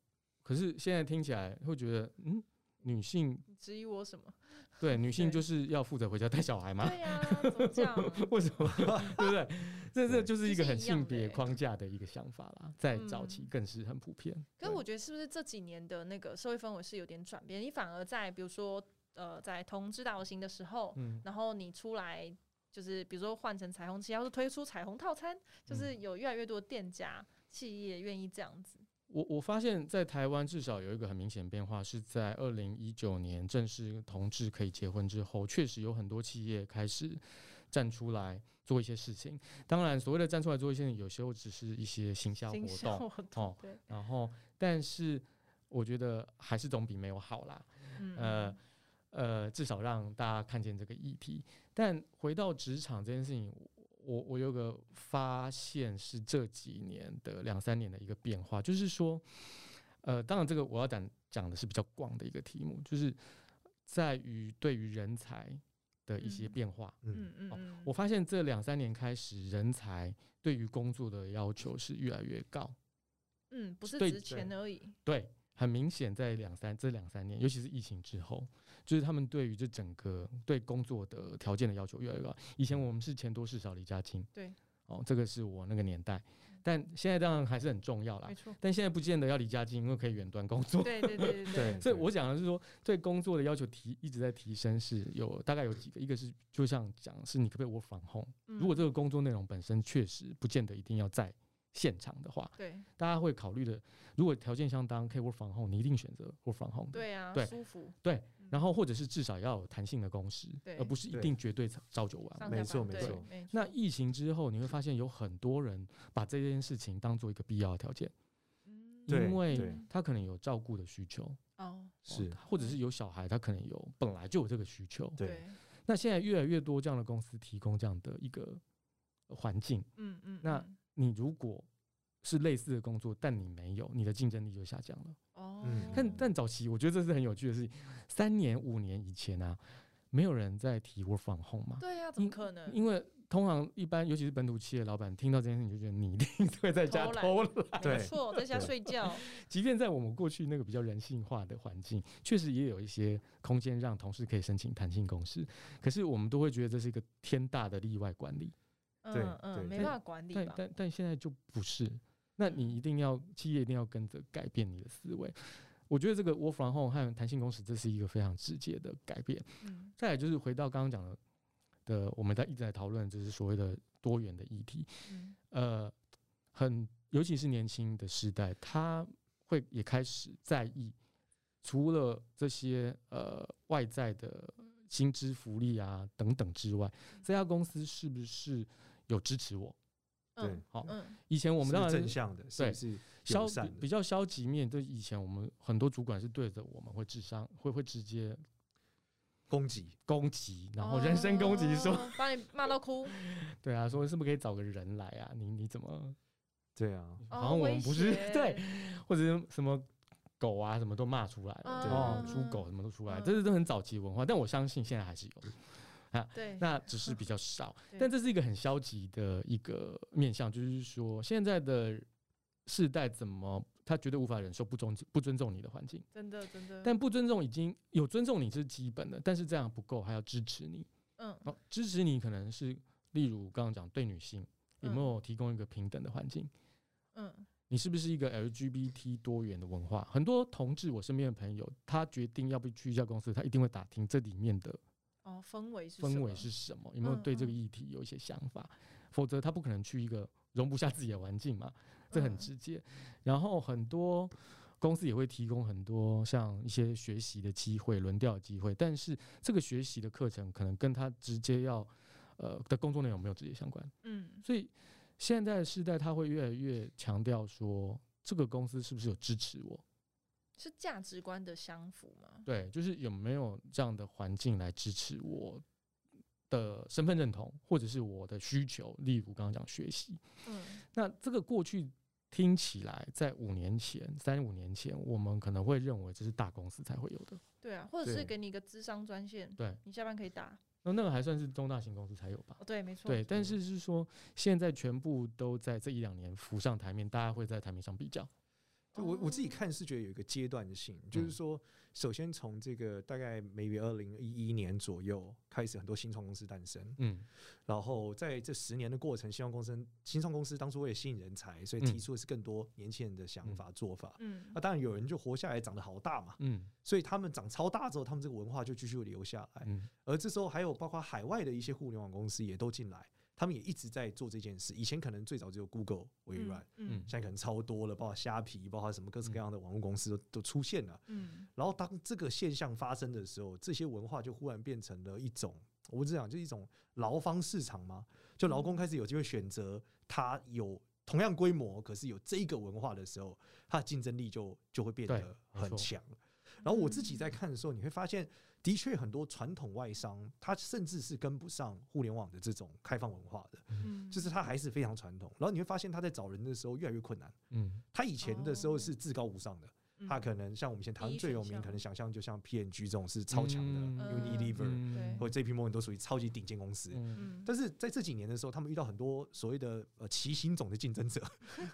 [SPEAKER 3] 可是现在听起来会觉得，嗯，女性
[SPEAKER 1] 你质疑我什么？
[SPEAKER 3] 对女性
[SPEAKER 1] 对
[SPEAKER 3] 就是要负责回家带小孩吗？
[SPEAKER 1] 对呀，怎么这 样？
[SPEAKER 3] 为什么？对不对？这这
[SPEAKER 2] 对
[SPEAKER 3] 就是
[SPEAKER 1] 其
[SPEAKER 3] 一个
[SPEAKER 1] 实
[SPEAKER 3] 很
[SPEAKER 1] 一样
[SPEAKER 3] 性
[SPEAKER 1] 的
[SPEAKER 3] 别
[SPEAKER 1] 欸
[SPEAKER 3] 框架的一个想法啦，在早期
[SPEAKER 1] 嗯
[SPEAKER 3] 更是很普遍。
[SPEAKER 1] 可是
[SPEAKER 3] 对
[SPEAKER 1] 我觉得是不是这几年的那个社会氛围是有点转变？你反而在比如说呃，在同志大游行的时候，
[SPEAKER 3] 嗯，
[SPEAKER 1] 然后你出来就是比如说换成彩虹旗，要是推出彩虹套餐，
[SPEAKER 3] 嗯
[SPEAKER 1] 就是有越来越多的店家企业愿意这样子。
[SPEAKER 3] 我我发现，在台湾至少有一个很明显的变化，是在二零一九年正式同志可以结婚之后，确实有很多企业开始站出来做一些事情。当然，所谓的站出来做一些事情，有时候只是一些行销活
[SPEAKER 1] 经销
[SPEAKER 3] 动
[SPEAKER 1] 活
[SPEAKER 3] 哦，
[SPEAKER 1] 对，
[SPEAKER 3] 然后，但是我觉得还是总比没有好啦。
[SPEAKER 1] 嗯
[SPEAKER 3] 呃呃，至少让大家看见这个议题。但回到职场这件事情，我我有个发现是这几年的两三年的一个变化，就是说，呃，当然这个我要讲讲的是比较广的一个题目，就是在于对于人才的一些
[SPEAKER 1] 嗯
[SPEAKER 3] 变化。
[SPEAKER 2] 嗯
[SPEAKER 1] 嗯嗯
[SPEAKER 3] 哦
[SPEAKER 1] 嗯，
[SPEAKER 3] 我发现这两三年开始，人才对于工作的要求是越来越高。
[SPEAKER 1] 嗯不是
[SPEAKER 3] 对
[SPEAKER 1] 值钱而已，
[SPEAKER 3] 对，很明显，在两三这两三年，尤其是疫情之后，就是他们对于这整个对工作的条件的要求越来越高。以前我们是钱多事少离家近，
[SPEAKER 1] 对，嗯
[SPEAKER 3] 哦，这个是我那个年代，但现在当然还是很重要啦
[SPEAKER 1] 没。 错。
[SPEAKER 3] 但现在不见得要离家近，因为可以远端工作。
[SPEAKER 1] 对对对对对，
[SPEAKER 2] 对
[SPEAKER 3] 嗯所以我讲的是说，对工作的要求提一直在提升，是有大概有几个，一个是就像讲是你可不可以 work from home，如果
[SPEAKER 1] 嗯
[SPEAKER 3] 这个工作内容本身确实不见得一定要在现场的话，
[SPEAKER 1] 对
[SPEAKER 3] 大家会考虑的，如果条件相当，可以 work from home，你一定选择 work from home 的。
[SPEAKER 1] 对啊，
[SPEAKER 3] 对
[SPEAKER 1] 舒服嗯
[SPEAKER 3] 然后或者是至少要有弹性的工时，
[SPEAKER 1] 对
[SPEAKER 3] 而不是一
[SPEAKER 2] 对
[SPEAKER 3] 定绝对朝朝九晚
[SPEAKER 1] 上
[SPEAKER 3] 五。
[SPEAKER 1] 下
[SPEAKER 2] 没错
[SPEAKER 1] 班
[SPEAKER 2] 没
[SPEAKER 1] 对
[SPEAKER 2] 错
[SPEAKER 1] 没错。
[SPEAKER 3] 那疫情之后，你会发现有很多人把这件事情当做一个必要的条件，
[SPEAKER 1] 嗯
[SPEAKER 2] 对
[SPEAKER 3] 因为
[SPEAKER 2] 对
[SPEAKER 3] 他可能有照顾的需求，哦
[SPEAKER 1] 哦
[SPEAKER 2] 是
[SPEAKER 3] 或者是有小孩，他可能有本来就有这个需求。
[SPEAKER 2] 对
[SPEAKER 1] 对，
[SPEAKER 3] 那现在越来越多这样的公司提供这样的一个环境，
[SPEAKER 1] 嗯嗯，
[SPEAKER 3] 那
[SPEAKER 1] 嗯
[SPEAKER 3] 你如果是类似的工作，但你没有，你的竞争力就下降了。
[SPEAKER 1] 哦，
[SPEAKER 2] 嗯
[SPEAKER 3] 但但早期我觉得这是很有趣的事情，三年五年以前啊，没有人在提 work from home 嘛，
[SPEAKER 1] 对呀，啊怎么可能？
[SPEAKER 3] 因为通常一般尤其是本土企业老板听到这件事情就觉得你一定会在家
[SPEAKER 1] 偷懒
[SPEAKER 3] 偷懒，
[SPEAKER 1] 没
[SPEAKER 2] 对
[SPEAKER 1] 错，在家
[SPEAKER 2] 对
[SPEAKER 1] 睡觉，
[SPEAKER 3] 即便在我们过去那个比较人性化的环境，确实也有一些空间让同事可以申请弹性公司，可是我们都会觉得这是一个天大的例外管理，
[SPEAKER 2] 对
[SPEAKER 1] 嗯
[SPEAKER 2] 对
[SPEAKER 1] 嗯，没
[SPEAKER 2] 对
[SPEAKER 1] 办法管理
[SPEAKER 3] 但
[SPEAKER 1] 吧？
[SPEAKER 3] 但但现在就不是，那你一定要企业一定要跟着改变你的思维。我觉得这个 work from home 和弹性工时，这是一个非常直接的改变。
[SPEAKER 1] 嗯
[SPEAKER 3] 再来就是回到刚刚讲的的，我们在一直在讨论，就是所谓的多元的议题。
[SPEAKER 1] 嗯
[SPEAKER 3] 呃，很尤其是年轻的时代，他会也开始在意，除了这些呃外在的薪资福利啊等等之外，这家公司是不是有支持我？
[SPEAKER 2] 对
[SPEAKER 1] 嗯，
[SPEAKER 3] 好、
[SPEAKER 1] 嗯，
[SPEAKER 3] 以前我
[SPEAKER 2] 我
[SPEAKER 3] 们当然
[SPEAKER 2] 正向的，是
[SPEAKER 3] 对
[SPEAKER 2] 不是
[SPEAKER 3] 消
[SPEAKER 2] 友善
[SPEAKER 3] 比
[SPEAKER 2] 的
[SPEAKER 3] 比较消极面，就是以前我们很多主管是对着我们会智商会会直接
[SPEAKER 2] 攻击？
[SPEAKER 3] 攻击，然后人身攻击说，
[SPEAKER 1] 哦把你骂到 哭，
[SPEAKER 3] 对啊，说是不是可以找个人来啊？你你怎么
[SPEAKER 2] 对啊，
[SPEAKER 1] 哦
[SPEAKER 3] 好像我们不是
[SPEAKER 1] 威胁
[SPEAKER 3] 对，或者是什么狗啊什么都骂出来了，对
[SPEAKER 2] 哦
[SPEAKER 3] 猪狗什么都出来，
[SPEAKER 1] 嗯
[SPEAKER 3] 这是都很早期的文化，但我相信现在还是有。
[SPEAKER 1] 对，
[SPEAKER 3] 那只是比较少
[SPEAKER 1] 对，
[SPEAKER 3] 但这是一个很消极的一个面向，就是说现在的世代怎么他绝对无法忍受不尊不尊重你的环境，
[SPEAKER 1] 真的真的，
[SPEAKER 3] 但不尊重已经有尊重你是基本的，但是这样不够，还要支持你。
[SPEAKER 1] 嗯
[SPEAKER 3] 哦，支持你可能是例如刚刚讲对女性有没有提供一个平等的环境，
[SPEAKER 1] 嗯
[SPEAKER 3] 你是不是一个 LGBT 多元的文化？很多同志我身边的朋友，他决定要不去一家公司，他一定会打听这里面的
[SPEAKER 1] 哦，氛围是什
[SPEAKER 3] 氛围
[SPEAKER 1] 么
[SPEAKER 3] 是什么，有没有
[SPEAKER 1] 嗯
[SPEAKER 3] 对这个
[SPEAKER 1] 嗯
[SPEAKER 3] 议题有一些想法，否则他不可能去一个容不下自己的环境嘛，这很
[SPEAKER 1] 嗯
[SPEAKER 3] 直接。然后很多公司也会提供很多像一些学习的机会、轮调的机会，但是这个学习的课程可能跟他直接要呃的工作内容没有直接相关，
[SPEAKER 1] 嗯
[SPEAKER 3] 所以现在的时代他会越来越强调说。这个公司是不是有支持我？
[SPEAKER 1] 是价值观的相符吗？
[SPEAKER 3] 对，就是有没有这样的环境来支持我的身份认同，或者是我的需求？例如刚刚讲学习，
[SPEAKER 1] 嗯
[SPEAKER 3] 那这个过去听起来，在五年前、三五年前，我们可能会认为这是大公司才会有的，
[SPEAKER 1] 对啊，或者是
[SPEAKER 3] 对
[SPEAKER 1] 给你一个智商专线，
[SPEAKER 3] 对，
[SPEAKER 1] 你下班可以打。
[SPEAKER 3] 那那个还算是中大型公司才有吧
[SPEAKER 1] 哦，？对，没错。
[SPEAKER 3] 对，但是是说现在全部都在这一两年浮上台面，大家会在台面上比较，
[SPEAKER 2] 对我我自己
[SPEAKER 1] 哦
[SPEAKER 2] 看是觉得有一个阶段性，就是
[SPEAKER 3] 嗯
[SPEAKER 2] 说，首先从这个大概 maybe 二零一一年左右开始，很多新创公司诞生，
[SPEAKER 3] 嗯，
[SPEAKER 2] 然后在这十年的过程，新创公司新创公司当初为了吸引人才，所以
[SPEAKER 3] 嗯
[SPEAKER 2] 提出的是更多年轻人的想法、做法。
[SPEAKER 1] 嗯
[SPEAKER 2] 那、当然有人就活下来，长得好大嘛，
[SPEAKER 3] 嗯
[SPEAKER 2] 所以他们长超大之后，他们这个文化就继续留下来。
[SPEAKER 3] 嗯
[SPEAKER 2] 而这时候还有包括海外的一些互联网公司也都进来，他们也一直在做这件事。以前可能最早只有 Google、微软，
[SPEAKER 1] 嗯
[SPEAKER 2] 现在可能超多了，包括虾皮，包括什么各式
[SPEAKER 3] 嗯
[SPEAKER 2] 各样的网络公司都都出现了。
[SPEAKER 1] 嗯
[SPEAKER 2] 然后当这个现象发生的时候，这些文化就忽然变成了一种，我只讲就一种劳方市场嘛，就劳
[SPEAKER 3] 嗯
[SPEAKER 2] 工开始有机会选择他有同样规模，可是有这个文化的时候，他的竞争力就就会变
[SPEAKER 3] 对
[SPEAKER 2] 得
[SPEAKER 3] 没
[SPEAKER 2] 很
[SPEAKER 3] 错嗯
[SPEAKER 2] 强。然后我自己在看的时候，你会发现，的确很多传统外商，它甚至是跟不上互联网的这种开放文化的，
[SPEAKER 1] 嗯，
[SPEAKER 2] 就是它还是非常传统。然后你会发现，他在找人的时候越来越困难。
[SPEAKER 1] 哎
[SPEAKER 3] 嗯
[SPEAKER 2] 他以前的时候
[SPEAKER 1] 哦
[SPEAKER 2] 是至高无上的，
[SPEAKER 1] 嗯
[SPEAKER 2] 他可能像我们以前台
[SPEAKER 1] 第
[SPEAKER 2] 湾
[SPEAKER 1] 一
[SPEAKER 2] 最
[SPEAKER 1] 选
[SPEAKER 2] 有名，
[SPEAKER 1] 项
[SPEAKER 2] 可能想象就像 PNG 这种是超强的、
[SPEAKER 3] 嗯
[SPEAKER 2] Unilever、
[SPEAKER 1] 对
[SPEAKER 2] 或 JP Morgan 都属于超级顶尖公司。
[SPEAKER 3] 嗯
[SPEAKER 1] 嗯，
[SPEAKER 2] 但是在这几年的时候，他们遇到很多所谓的呃奇形种的 竞争者，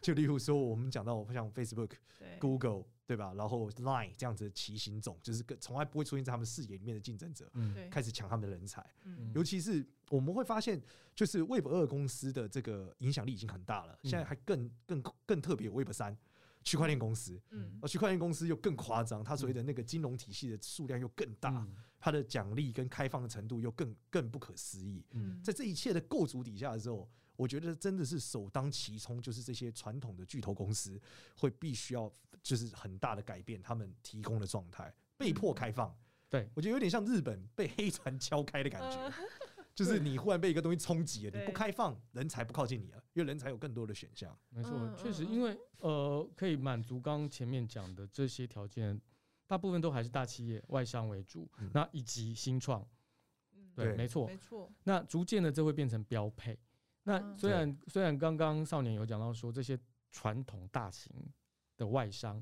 [SPEAKER 2] 就例如说我们讲到像 Facebook、
[SPEAKER 1] 对
[SPEAKER 2] Google 对吧，然后 Line 这样子的奇形种，就是个从来不会出现在他们视野里面的竞争者，
[SPEAKER 3] 嗯
[SPEAKER 1] 对，
[SPEAKER 2] 开始抢他们的人才。
[SPEAKER 1] 嗯
[SPEAKER 2] 尤其是我们会发现，就是 Web 二公司的这个影响力已经很大了，现在还更更更特别有 Web 三区块链公司，
[SPEAKER 1] 嗯
[SPEAKER 2] 而区块链公司又更夸张，它所谓的那个金融体系的数量又更大，
[SPEAKER 3] 嗯
[SPEAKER 2] 它的奖励跟开放的程度又更更不可思议。
[SPEAKER 1] 嗯，
[SPEAKER 2] 在这一切的构筑底下的时候，我觉得真的是首当其冲，就是这些传统的巨头公司会必须要就是很大的改变他们提供的状态，被迫开放。
[SPEAKER 3] 嗯对
[SPEAKER 2] 我觉得有点像日本被黑船敲开的感觉，
[SPEAKER 1] 呃
[SPEAKER 2] 就是你忽然被一个东西冲击了，
[SPEAKER 1] 对
[SPEAKER 2] 你不开放，人才不靠近你了，因为人才有更多的选项。
[SPEAKER 3] 没错，
[SPEAKER 1] 嗯
[SPEAKER 3] 确实，
[SPEAKER 1] 嗯
[SPEAKER 3] 因为呃，可以满足刚刚前面讲的这些条件，大部分都还是大企业、外商为主，
[SPEAKER 2] 嗯
[SPEAKER 3] 那以及新创，
[SPEAKER 1] 嗯
[SPEAKER 3] 对，
[SPEAKER 2] 对
[SPEAKER 3] 没错
[SPEAKER 1] 没。错，
[SPEAKER 3] 那逐渐的，这会变成标配。那
[SPEAKER 1] 嗯
[SPEAKER 3] 虽然、虽然刚刚少年有讲到说，这些传统大型的外商，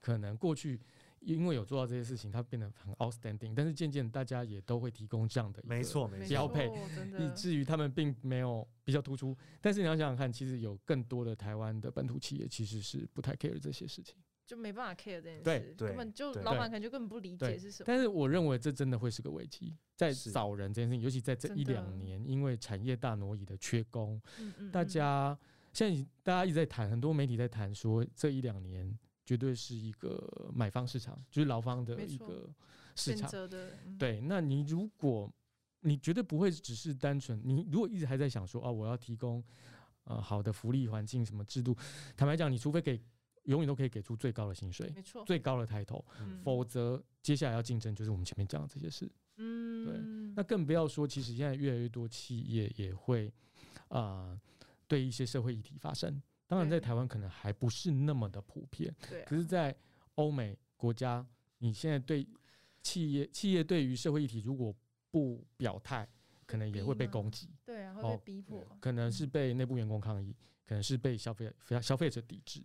[SPEAKER 3] 可能过去因为有做到这些事情，它变得很 outstanding，但是渐渐大家也都会提供这样的，
[SPEAKER 2] 没。错，没
[SPEAKER 1] 没
[SPEAKER 2] 错，
[SPEAKER 3] 标配
[SPEAKER 1] 错，真
[SPEAKER 3] 以
[SPEAKER 1] 的，
[SPEAKER 3] 至于他们并没有比较突出，但是你要想想看，其实有更多的台湾的本土企业其实是不太 care 这些事情。
[SPEAKER 1] 就没办法 care 这件
[SPEAKER 3] 对
[SPEAKER 1] 事，
[SPEAKER 2] 对
[SPEAKER 1] 根本就
[SPEAKER 2] 对
[SPEAKER 1] 老板可能就根本不理解
[SPEAKER 3] 对
[SPEAKER 1] 是什么，
[SPEAKER 3] 但是我认为这真的会是个危机，在
[SPEAKER 2] 是
[SPEAKER 3] 找人这件事情，尤其在这
[SPEAKER 1] 真
[SPEAKER 3] 一
[SPEAKER 1] 的
[SPEAKER 3] 两年，因为产业大挪移的缺工，
[SPEAKER 1] 嗯嗯
[SPEAKER 3] 大
[SPEAKER 1] 嗯
[SPEAKER 3] 家现在已大家一直在谈，很多媒体在谈说这一两年绝对是一个买方市场，就是劳方的
[SPEAKER 1] 没
[SPEAKER 3] 一
[SPEAKER 1] 错
[SPEAKER 3] 个市
[SPEAKER 1] 选
[SPEAKER 3] 场。
[SPEAKER 1] 择的，嗯，
[SPEAKER 3] 对，那你如果你绝对不会只是单纯，你如果一直还在想说啊，我要提供呃好的福利环境什么制度，坦白讲，你除非给永远都可以给出最高的薪水、
[SPEAKER 1] 没错，
[SPEAKER 3] 最高的抬头，
[SPEAKER 1] 嗯
[SPEAKER 3] 否则接下来要竞争就是我们前面讲的这些事。
[SPEAKER 1] 嗯，
[SPEAKER 3] 那更不要说，其实现在越来越多企业也会啊、呃对一些社会议题发声。当然，
[SPEAKER 1] 对
[SPEAKER 3] 在台湾可能还不是那么的普遍，
[SPEAKER 1] 对啊
[SPEAKER 3] 可是，在欧美国家，你现在对企业企业对于社会议题如果不表态，可能也会被
[SPEAKER 1] 逼吗
[SPEAKER 3] 攻击，
[SPEAKER 1] 对啊，会
[SPEAKER 3] 哦
[SPEAKER 1] 被逼迫，
[SPEAKER 3] 可能是被内部员工抗议，可能是被消费消消费者抵制。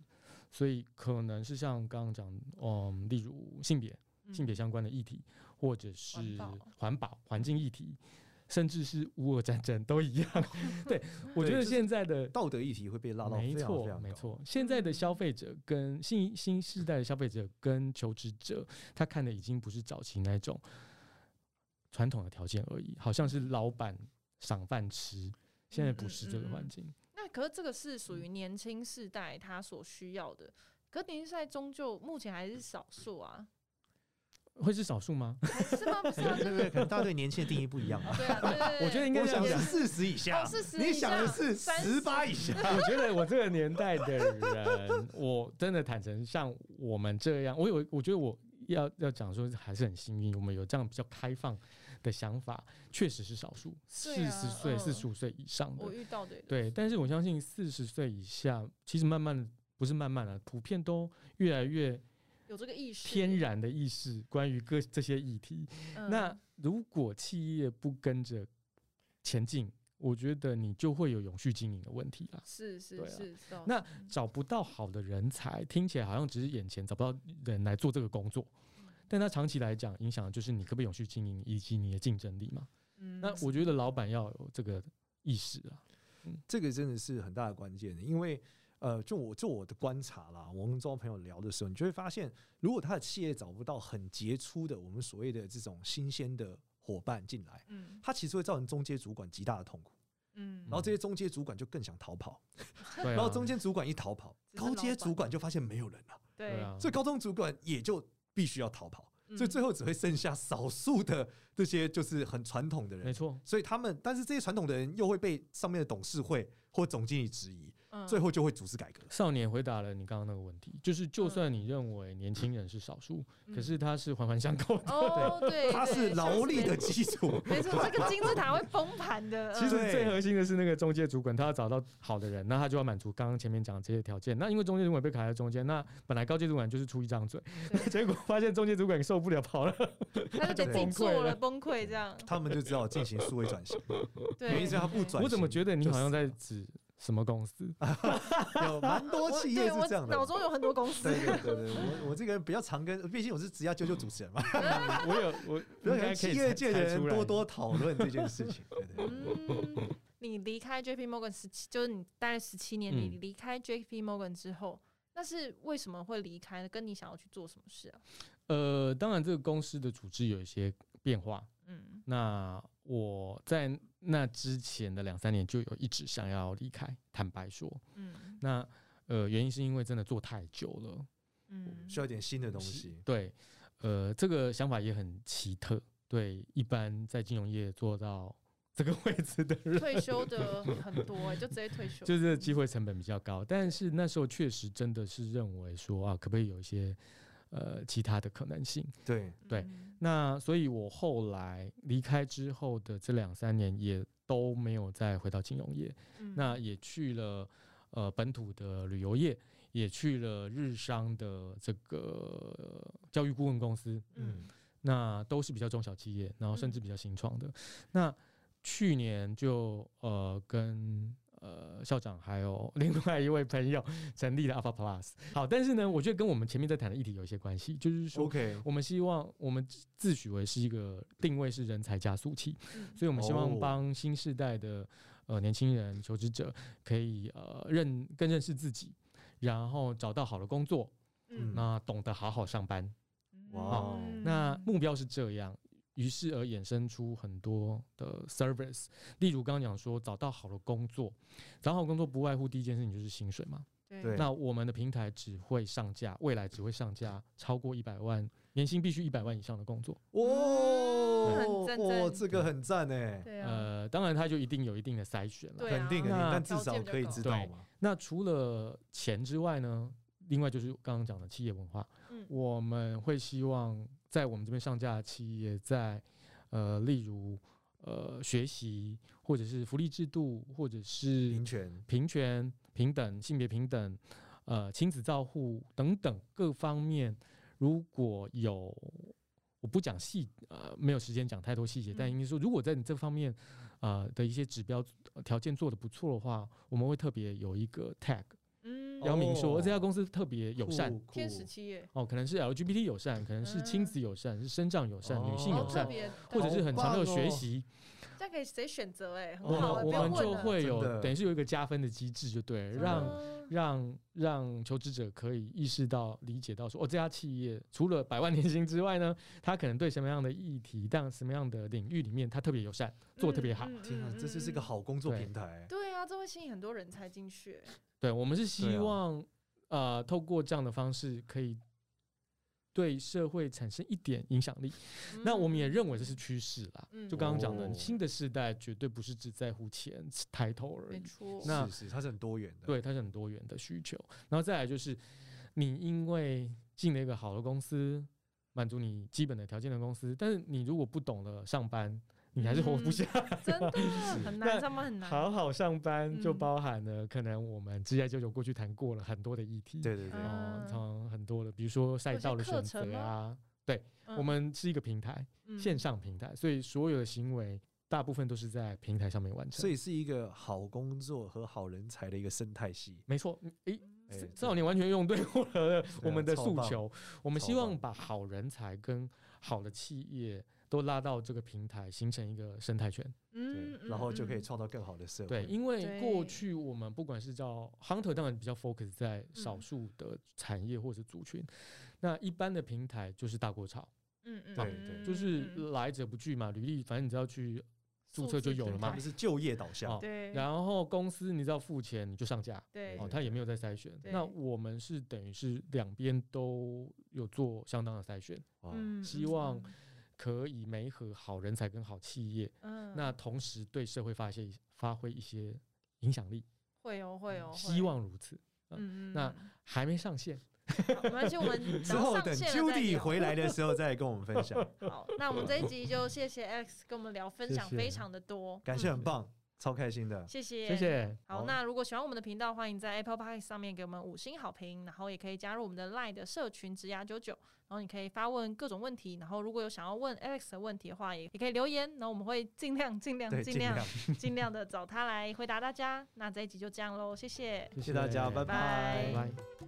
[SPEAKER 3] 所以可能是像刚刚讲，嗯，例如性别、性别相关的议题，或者是
[SPEAKER 1] 嗯环保
[SPEAKER 3] 环保、环境议题，甚至是乌俄战争都一样。 对，我
[SPEAKER 2] 对
[SPEAKER 3] 觉
[SPEAKER 2] 就是
[SPEAKER 3] 得现在的
[SPEAKER 2] 道德议题会被拉到非
[SPEAKER 3] 没
[SPEAKER 2] 常非
[SPEAKER 3] 错，
[SPEAKER 2] 常
[SPEAKER 3] 没
[SPEAKER 2] 高。
[SPEAKER 3] 错。现在的消费者跟新新时代的消费者跟求职者，他看的已经不是早期那种传统的条件而已，好像是老板赏饭吃。现在不是这个环境，
[SPEAKER 1] 嗯
[SPEAKER 3] 嗯
[SPEAKER 1] 那可是这个是属于年轻世代他所需要的，可是年轻世代终究目前还是少数啊，
[SPEAKER 3] 会是少数吗？
[SPEAKER 1] 还是吗？不是
[SPEAKER 2] 对
[SPEAKER 1] 啊，
[SPEAKER 2] 对对，可能大家对年轻的定义不一样啊。
[SPEAKER 1] 对啊，对对对，
[SPEAKER 3] 我 觉得应该
[SPEAKER 2] 我
[SPEAKER 3] 这样
[SPEAKER 2] 想
[SPEAKER 3] 讲
[SPEAKER 2] 的。四十以下
[SPEAKER 1] 哦，40
[SPEAKER 2] 你想的
[SPEAKER 1] 以
[SPEAKER 2] 是
[SPEAKER 1] 下
[SPEAKER 2] 十八以下。
[SPEAKER 3] 我觉得我这个年代的人，我真的坦诚，像我们这样，我有，我觉得我要要讲说还是很幸运，我们有这样比较开放的想法，确实是少数，四
[SPEAKER 1] 对啊
[SPEAKER 3] 十岁、
[SPEAKER 1] 嗯
[SPEAKER 3] 四十五岁以上的
[SPEAKER 1] 我，遇到的也都
[SPEAKER 3] 对，但是我相信四十岁以下，其实慢慢的不是慢慢的，普遍都越来越
[SPEAKER 1] 有这个意识，
[SPEAKER 3] 天然的意识关于各这些议题。
[SPEAKER 1] 嗯
[SPEAKER 3] 那如果企业不跟着前进，我觉得你就会有永续经营的问题啦。
[SPEAKER 1] 是是
[SPEAKER 3] 对啊
[SPEAKER 1] 是，懂
[SPEAKER 3] 那找不到好的人才，听起来好像只是眼前找不到人来做这个工作，
[SPEAKER 1] 嗯
[SPEAKER 3] 但它长期来讲影响的就是你可不可以永续经营以及你的竞争力嘛。
[SPEAKER 1] 嗯
[SPEAKER 3] 那我觉得老板要有这个意识啊。
[SPEAKER 2] 这个真的是很大的关键，因为呃，就我就我的观察啦，我跟周遭朋友聊的时候，你就会发现，如果他的企业找不到很杰出的我们所谓的这种新鲜的伙伴进来，
[SPEAKER 1] 嗯
[SPEAKER 2] 他其实会造成中介主管极大的痛苦，
[SPEAKER 1] 嗯
[SPEAKER 2] 然后这些中介主管就更想逃跑，
[SPEAKER 3] 对啊，
[SPEAKER 2] 然后中间主管一逃跑，
[SPEAKER 1] 只是
[SPEAKER 2] 高阶
[SPEAKER 1] 老板
[SPEAKER 2] 主管就发现没有人了，
[SPEAKER 3] 对
[SPEAKER 1] 对
[SPEAKER 3] 啊，
[SPEAKER 2] 所以高中主管也就必须要逃跑，所以最
[SPEAKER 1] 后
[SPEAKER 2] 后只会剩下少数的这些就是很传统的
[SPEAKER 3] 没
[SPEAKER 2] 人。
[SPEAKER 3] 错，
[SPEAKER 2] 所以他们，但是这些传统的人又会被上面的董事会或总经理质疑，最
[SPEAKER 1] 后
[SPEAKER 2] 后就会组织改革。
[SPEAKER 3] 少年回答了你刚刚那个问题，就是就
[SPEAKER 1] 嗯
[SPEAKER 3] 算你认为年轻人是少数，可是它是环环相扣的。
[SPEAKER 1] 哦对，
[SPEAKER 2] 它
[SPEAKER 1] 对
[SPEAKER 2] 是劳力的，基础。
[SPEAKER 1] 没错，这个金字塔会崩盘的，
[SPEAKER 3] 其实
[SPEAKER 1] 嗯
[SPEAKER 2] 对
[SPEAKER 3] 最核心的是那个中介主管，他要找到好的人，那他就要满足刚刚前面讲的这些条件。那因为中介主管被卡在中间，那本来高阶主管就是出一张嘴，
[SPEAKER 1] 对
[SPEAKER 3] 结果发现中介主管受不了跑了。
[SPEAKER 1] 嗯他就得自己
[SPEAKER 3] 崩溃
[SPEAKER 1] 做了
[SPEAKER 3] 了
[SPEAKER 1] 崩溃这 样，
[SPEAKER 2] 他们就知道进行数位转型，
[SPEAKER 1] 对，
[SPEAKER 2] 原因是他不转型。
[SPEAKER 3] 我怎么觉得你好像
[SPEAKER 2] 就
[SPEAKER 3] 在指什么公司？
[SPEAKER 2] 是有蛮多
[SPEAKER 1] 我
[SPEAKER 2] 企业
[SPEAKER 1] 对
[SPEAKER 2] 是
[SPEAKER 1] 我
[SPEAKER 2] 这样的
[SPEAKER 1] 脑。中有很多公司
[SPEAKER 2] 对，对对对，我 我这个人比较常跟，毕竟我是职涯啾啾主持 人嘛，
[SPEAKER 3] 我有我
[SPEAKER 2] 比较跟
[SPEAKER 3] 应该可
[SPEAKER 2] 企
[SPEAKER 3] 以
[SPEAKER 2] 业
[SPEAKER 3] 猜
[SPEAKER 2] 界的
[SPEAKER 3] 猜
[SPEAKER 2] 人
[SPEAKER 3] 出来
[SPEAKER 2] 多多讨论这件事情。对对对，
[SPEAKER 1] 嗯，你离开 JP Morgan 十七，就是你待了十七年，
[SPEAKER 3] 嗯
[SPEAKER 1] 你离开 JP Morgan 之后，那是为什么会离开呢？跟你想要去做什么事啊？
[SPEAKER 3] 呃，当然这个公司的组织有一些变化，
[SPEAKER 1] 嗯
[SPEAKER 3] 那我在那之前的两三年就有一直想要离开，坦白说，
[SPEAKER 1] 嗯
[SPEAKER 3] 那呃原因是因为真的做太久了，
[SPEAKER 1] 嗯，
[SPEAKER 2] 需要一点新的东西。
[SPEAKER 3] 对，呃这个想法也很奇特，对一般在金融业做到 这个位置的 人，
[SPEAKER 1] 退休的很多、欸，就直接退休，
[SPEAKER 3] 就是机会成本比较高，但是那时候确实真的是认为说啊，可不可以有一些呃其他的可能性？
[SPEAKER 2] 对，
[SPEAKER 3] 对
[SPEAKER 1] 嗯
[SPEAKER 3] 那所以我后来离开之后的这两三年也都没有再回到金融业。
[SPEAKER 1] 嗯
[SPEAKER 3] 那也去了呃本土的旅游业，也去了日商的这个呃教育顾问公司，
[SPEAKER 1] 嗯
[SPEAKER 3] 那都是比较中小企业，然后甚至
[SPEAKER 1] 嗯
[SPEAKER 3] 比较新创的。那去年就呃跟呃校长还有 另外一位朋友成立了 Alpha Plus。好，但是呢，我觉得跟我们前面在谈的议题有一些关系，就是说。
[SPEAKER 2] ，OK，
[SPEAKER 3] 我们希望我们自自诩为是一个定位是人才加速器，
[SPEAKER 1] 嗯
[SPEAKER 3] 所以我们希
[SPEAKER 2] 哦
[SPEAKER 3] 望帮新时代的呃年轻人求职者可以呃认更认识自己，然后找到好的工作，
[SPEAKER 1] 嗯
[SPEAKER 3] 那懂得好好上班。
[SPEAKER 2] 哇哦
[SPEAKER 1] 嗯
[SPEAKER 3] 那目标是这样，于是而衍生出很多的 service，例如刚刚讲说找到好的工作，找好工作不外乎第一件事情就是薪水嘛。
[SPEAKER 1] 啊
[SPEAKER 2] 对
[SPEAKER 3] 那我们的平台只会上架，未来只会上架超过一百万年薪必须一百万以上的工作。
[SPEAKER 2] 哦
[SPEAKER 1] 嗯，很赞
[SPEAKER 2] 哇，
[SPEAKER 1] 赞
[SPEAKER 2] 这个很赞哎，
[SPEAKER 1] 对啊，
[SPEAKER 3] 呃，当然它就一定有一定的筛选了。
[SPEAKER 1] 对啊
[SPEAKER 2] 肯定肯定，
[SPEAKER 3] 那
[SPEAKER 2] 但至少可以知道
[SPEAKER 3] 对
[SPEAKER 2] 嘛。
[SPEAKER 3] 那除了钱之外呢，另外就是刚刚讲的企业文化，
[SPEAKER 1] 嗯
[SPEAKER 3] 我们会希望在我们这边上架的企业在，呃，例如呃学习或者是福利制度，或者是
[SPEAKER 2] 民权，
[SPEAKER 3] 平权、平等、性别平等，呃，亲子照护等等各方面，如果有我不讲细，呃，没有时间讲太多细节，但
[SPEAKER 1] 嗯
[SPEAKER 3] 应该说，如果在你这方面，呃的一些指标呃条件做得不错的话，我们会特别有一个 tag，
[SPEAKER 1] 嗯
[SPEAKER 3] 邀明说
[SPEAKER 2] 哦
[SPEAKER 3] 这家公司特别友善
[SPEAKER 2] 酷，酷
[SPEAKER 1] 天使企业，
[SPEAKER 3] 哦，可能是 LGBT 友善，可能是亲子友善，是生长友善，女性
[SPEAKER 2] 哦
[SPEAKER 3] 友
[SPEAKER 1] 特
[SPEAKER 3] 善，
[SPEAKER 1] 别
[SPEAKER 3] 或者是很强
[SPEAKER 2] 好棒哦
[SPEAKER 3] 调学习，
[SPEAKER 1] 这样可以谁选择？哎，
[SPEAKER 3] 我
[SPEAKER 1] 很
[SPEAKER 3] 们
[SPEAKER 1] 好，哎
[SPEAKER 3] 哦我
[SPEAKER 1] 不用
[SPEAKER 3] 们
[SPEAKER 1] 问
[SPEAKER 3] 就
[SPEAKER 1] 了嗯
[SPEAKER 3] 会
[SPEAKER 2] 真
[SPEAKER 3] 有
[SPEAKER 2] 的
[SPEAKER 3] 等于是有一个加分的机制，就对，
[SPEAKER 1] 真的
[SPEAKER 3] 让让让求职者可以意识到、理解到说，哦，这家企业除了百万年薪之外呢，它可能对什么样的议题、但什么样的领域里面，它特别友善，做得特别好。
[SPEAKER 1] 嗯嗯
[SPEAKER 2] 天啊
[SPEAKER 1] 嗯，
[SPEAKER 2] 这就是个
[SPEAKER 1] 嗯
[SPEAKER 2] 好工作
[SPEAKER 3] 对
[SPEAKER 2] 平台。
[SPEAKER 1] 对啊，这会吸引很多人才进去。欸
[SPEAKER 3] 对我们是希
[SPEAKER 2] 对啊
[SPEAKER 3] 望、呃，透过这样的方式，可以对社会产生一点影响力。那我们也认为这是趋势啦。
[SPEAKER 1] 嗯
[SPEAKER 3] 就刚刚讲的，
[SPEAKER 2] 嗯哦
[SPEAKER 3] 新的世代绝对不是只在乎钱抬头而
[SPEAKER 1] 没
[SPEAKER 3] 已，
[SPEAKER 1] 错。
[SPEAKER 3] 那
[SPEAKER 2] 是是，它是很多元的。
[SPEAKER 3] 对，它是很多元的需求。然后再来就是，你因为进了一个好的公司，满足你基本的条件的公司，但是你如果不懂得上班，你还是活不
[SPEAKER 1] 嗯
[SPEAKER 3] 下。
[SPEAKER 1] 真的很
[SPEAKER 3] 那
[SPEAKER 1] 难，上班很难。
[SPEAKER 3] 好好上班就
[SPEAKER 1] 嗯
[SPEAKER 3] 包含了可能我们之前九九过去谈过了很多的议题，
[SPEAKER 2] 对对对，
[SPEAKER 1] 嗯
[SPEAKER 3] 哦，从很多的，比如说赛
[SPEAKER 1] 有些
[SPEAKER 3] 道的
[SPEAKER 1] 课
[SPEAKER 3] 选
[SPEAKER 1] 程
[SPEAKER 3] 择
[SPEAKER 1] 吗
[SPEAKER 3] 啊，我
[SPEAKER 1] 嗯
[SPEAKER 3] 们是一个平台，
[SPEAKER 1] 嗯
[SPEAKER 3] 线上平台，所以所有的行为大部分都是在平台上面完成。
[SPEAKER 2] 所以是一个好工作和好人才的一个生态系。
[SPEAKER 3] 没错，嗯诶，
[SPEAKER 2] 哎
[SPEAKER 3] 这
[SPEAKER 2] 对
[SPEAKER 3] 少年完全用对我的
[SPEAKER 2] 对
[SPEAKER 3] 我
[SPEAKER 2] 啊
[SPEAKER 3] 们的
[SPEAKER 2] 超
[SPEAKER 3] 诉
[SPEAKER 2] 棒
[SPEAKER 3] 求，我们
[SPEAKER 2] 超
[SPEAKER 3] 希望
[SPEAKER 2] 棒
[SPEAKER 3] 把好人才跟好的企业都拉到这个平台，形成一个生态圈。
[SPEAKER 2] 对
[SPEAKER 1] 嗯，嗯
[SPEAKER 2] 然后就可以
[SPEAKER 1] 嗯
[SPEAKER 2] 创造更好的社
[SPEAKER 3] 对，
[SPEAKER 2] 会。
[SPEAKER 3] 因为过
[SPEAKER 1] 对
[SPEAKER 3] 去我们不管是叫 hunter，当然比较 focus 在少
[SPEAKER 1] 嗯
[SPEAKER 3] 数的产业或者是族群，那一般的平台就是大锅炒，
[SPEAKER 1] 嗯嗯，
[SPEAKER 2] 对
[SPEAKER 1] 嗯
[SPEAKER 2] 对
[SPEAKER 3] 就是
[SPEAKER 1] 嗯嗯
[SPEAKER 3] 来者不拒嘛，履历反正你只要去注
[SPEAKER 1] 数
[SPEAKER 3] 册就
[SPEAKER 1] 字
[SPEAKER 3] 有
[SPEAKER 1] 平
[SPEAKER 3] 了
[SPEAKER 2] 他
[SPEAKER 3] 嘛
[SPEAKER 1] 台
[SPEAKER 2] 们是就业导向
[SPEAKER 3] 哦，
[SPEAKER 1] 对，后
[SPEAKER 3] 然后公司你只要付钱你就上架。
[SPEAKER 1] 对
[SPEAKER 3] 哦，
[SPEAKER 2] 对
[SPEAKER 3] 他也没有在筛选。那
[SPEAKER 1] 对
[SPEAKER 3] 我们是等于是两边都有做相当的筛选，
[SPEAKER 2] 哇
[SPEAKER 1] 嗯
[SPEAKER 3] 希望可以媒合好人才跟好企业，
[SPEAKER 1] 嗯
[SPEAKER 3] 那同时对社会发泄发挥一些影响力。
[SPEAKER 1] 会哦会哦，
[SPEAKER 3] 嗯希望如此。
[SPEAKER 1] 会嗯嗯，
[SPEAKER 3] 那
[SPEAKER 1] 嗯
[SPEAKER 3] 还没上线，
[SPEAKER 1] 好没关系，我们
[SPEAKER 2] 之
[SPEAKER 1] 等
[SPEAKER 2] 后
[SPEAKER 1] 上
[SPEAKER 2] 等
[SPEAKER 1] 线了再
[SPEAKER 2] Judy
[SPEAKER 1] 聊
[SPEAKER 2] 回来的时候再跟我们分享，
[SPEAKER 1] 好，那我们这一集就谢谢 X 跟我们聊，分
[SPEAKER 3] 谢
[SPEAKER 1] 享
[SPEAKER 3] 谢
[SPEAKER 1] 非常的多，嗯
[SPEAKER 2] 感谢很棒，超开心的。
[SPEAKER 1] 谢谢
[SPEAKER 3] 谢。谢。
[SPEAKER 1] 好，
[SPEAKER 2] 好
[SPEAKER 1] 那如果喜欢我们的频道，欢迎在 Apple Podcast 上面给我们五星好评，然后也可以加入我们的 Line 的社群直牙九九，然后你可以发问各种问题，然后如果有想要问 Alex 的问题的话，也也可以留言，然后我们会尽量尽量
[SPEAKER 2] 对，
[SPEAKER 1] 尽
[SPEAKER 2] 尽
[SPEAKER 1] 量
[SPEAKER 2] 量。
[SPEAKER 1] 尽量的找他来回答大家。那这一集就这样喽，谢谢。
[SPEAKER 2] 谢谢大家，
[SPEAKER 3] 拜
[SPEAKER 1] 拜
[SPEAKER 2] 拜
[SPEAKER 3] 拜。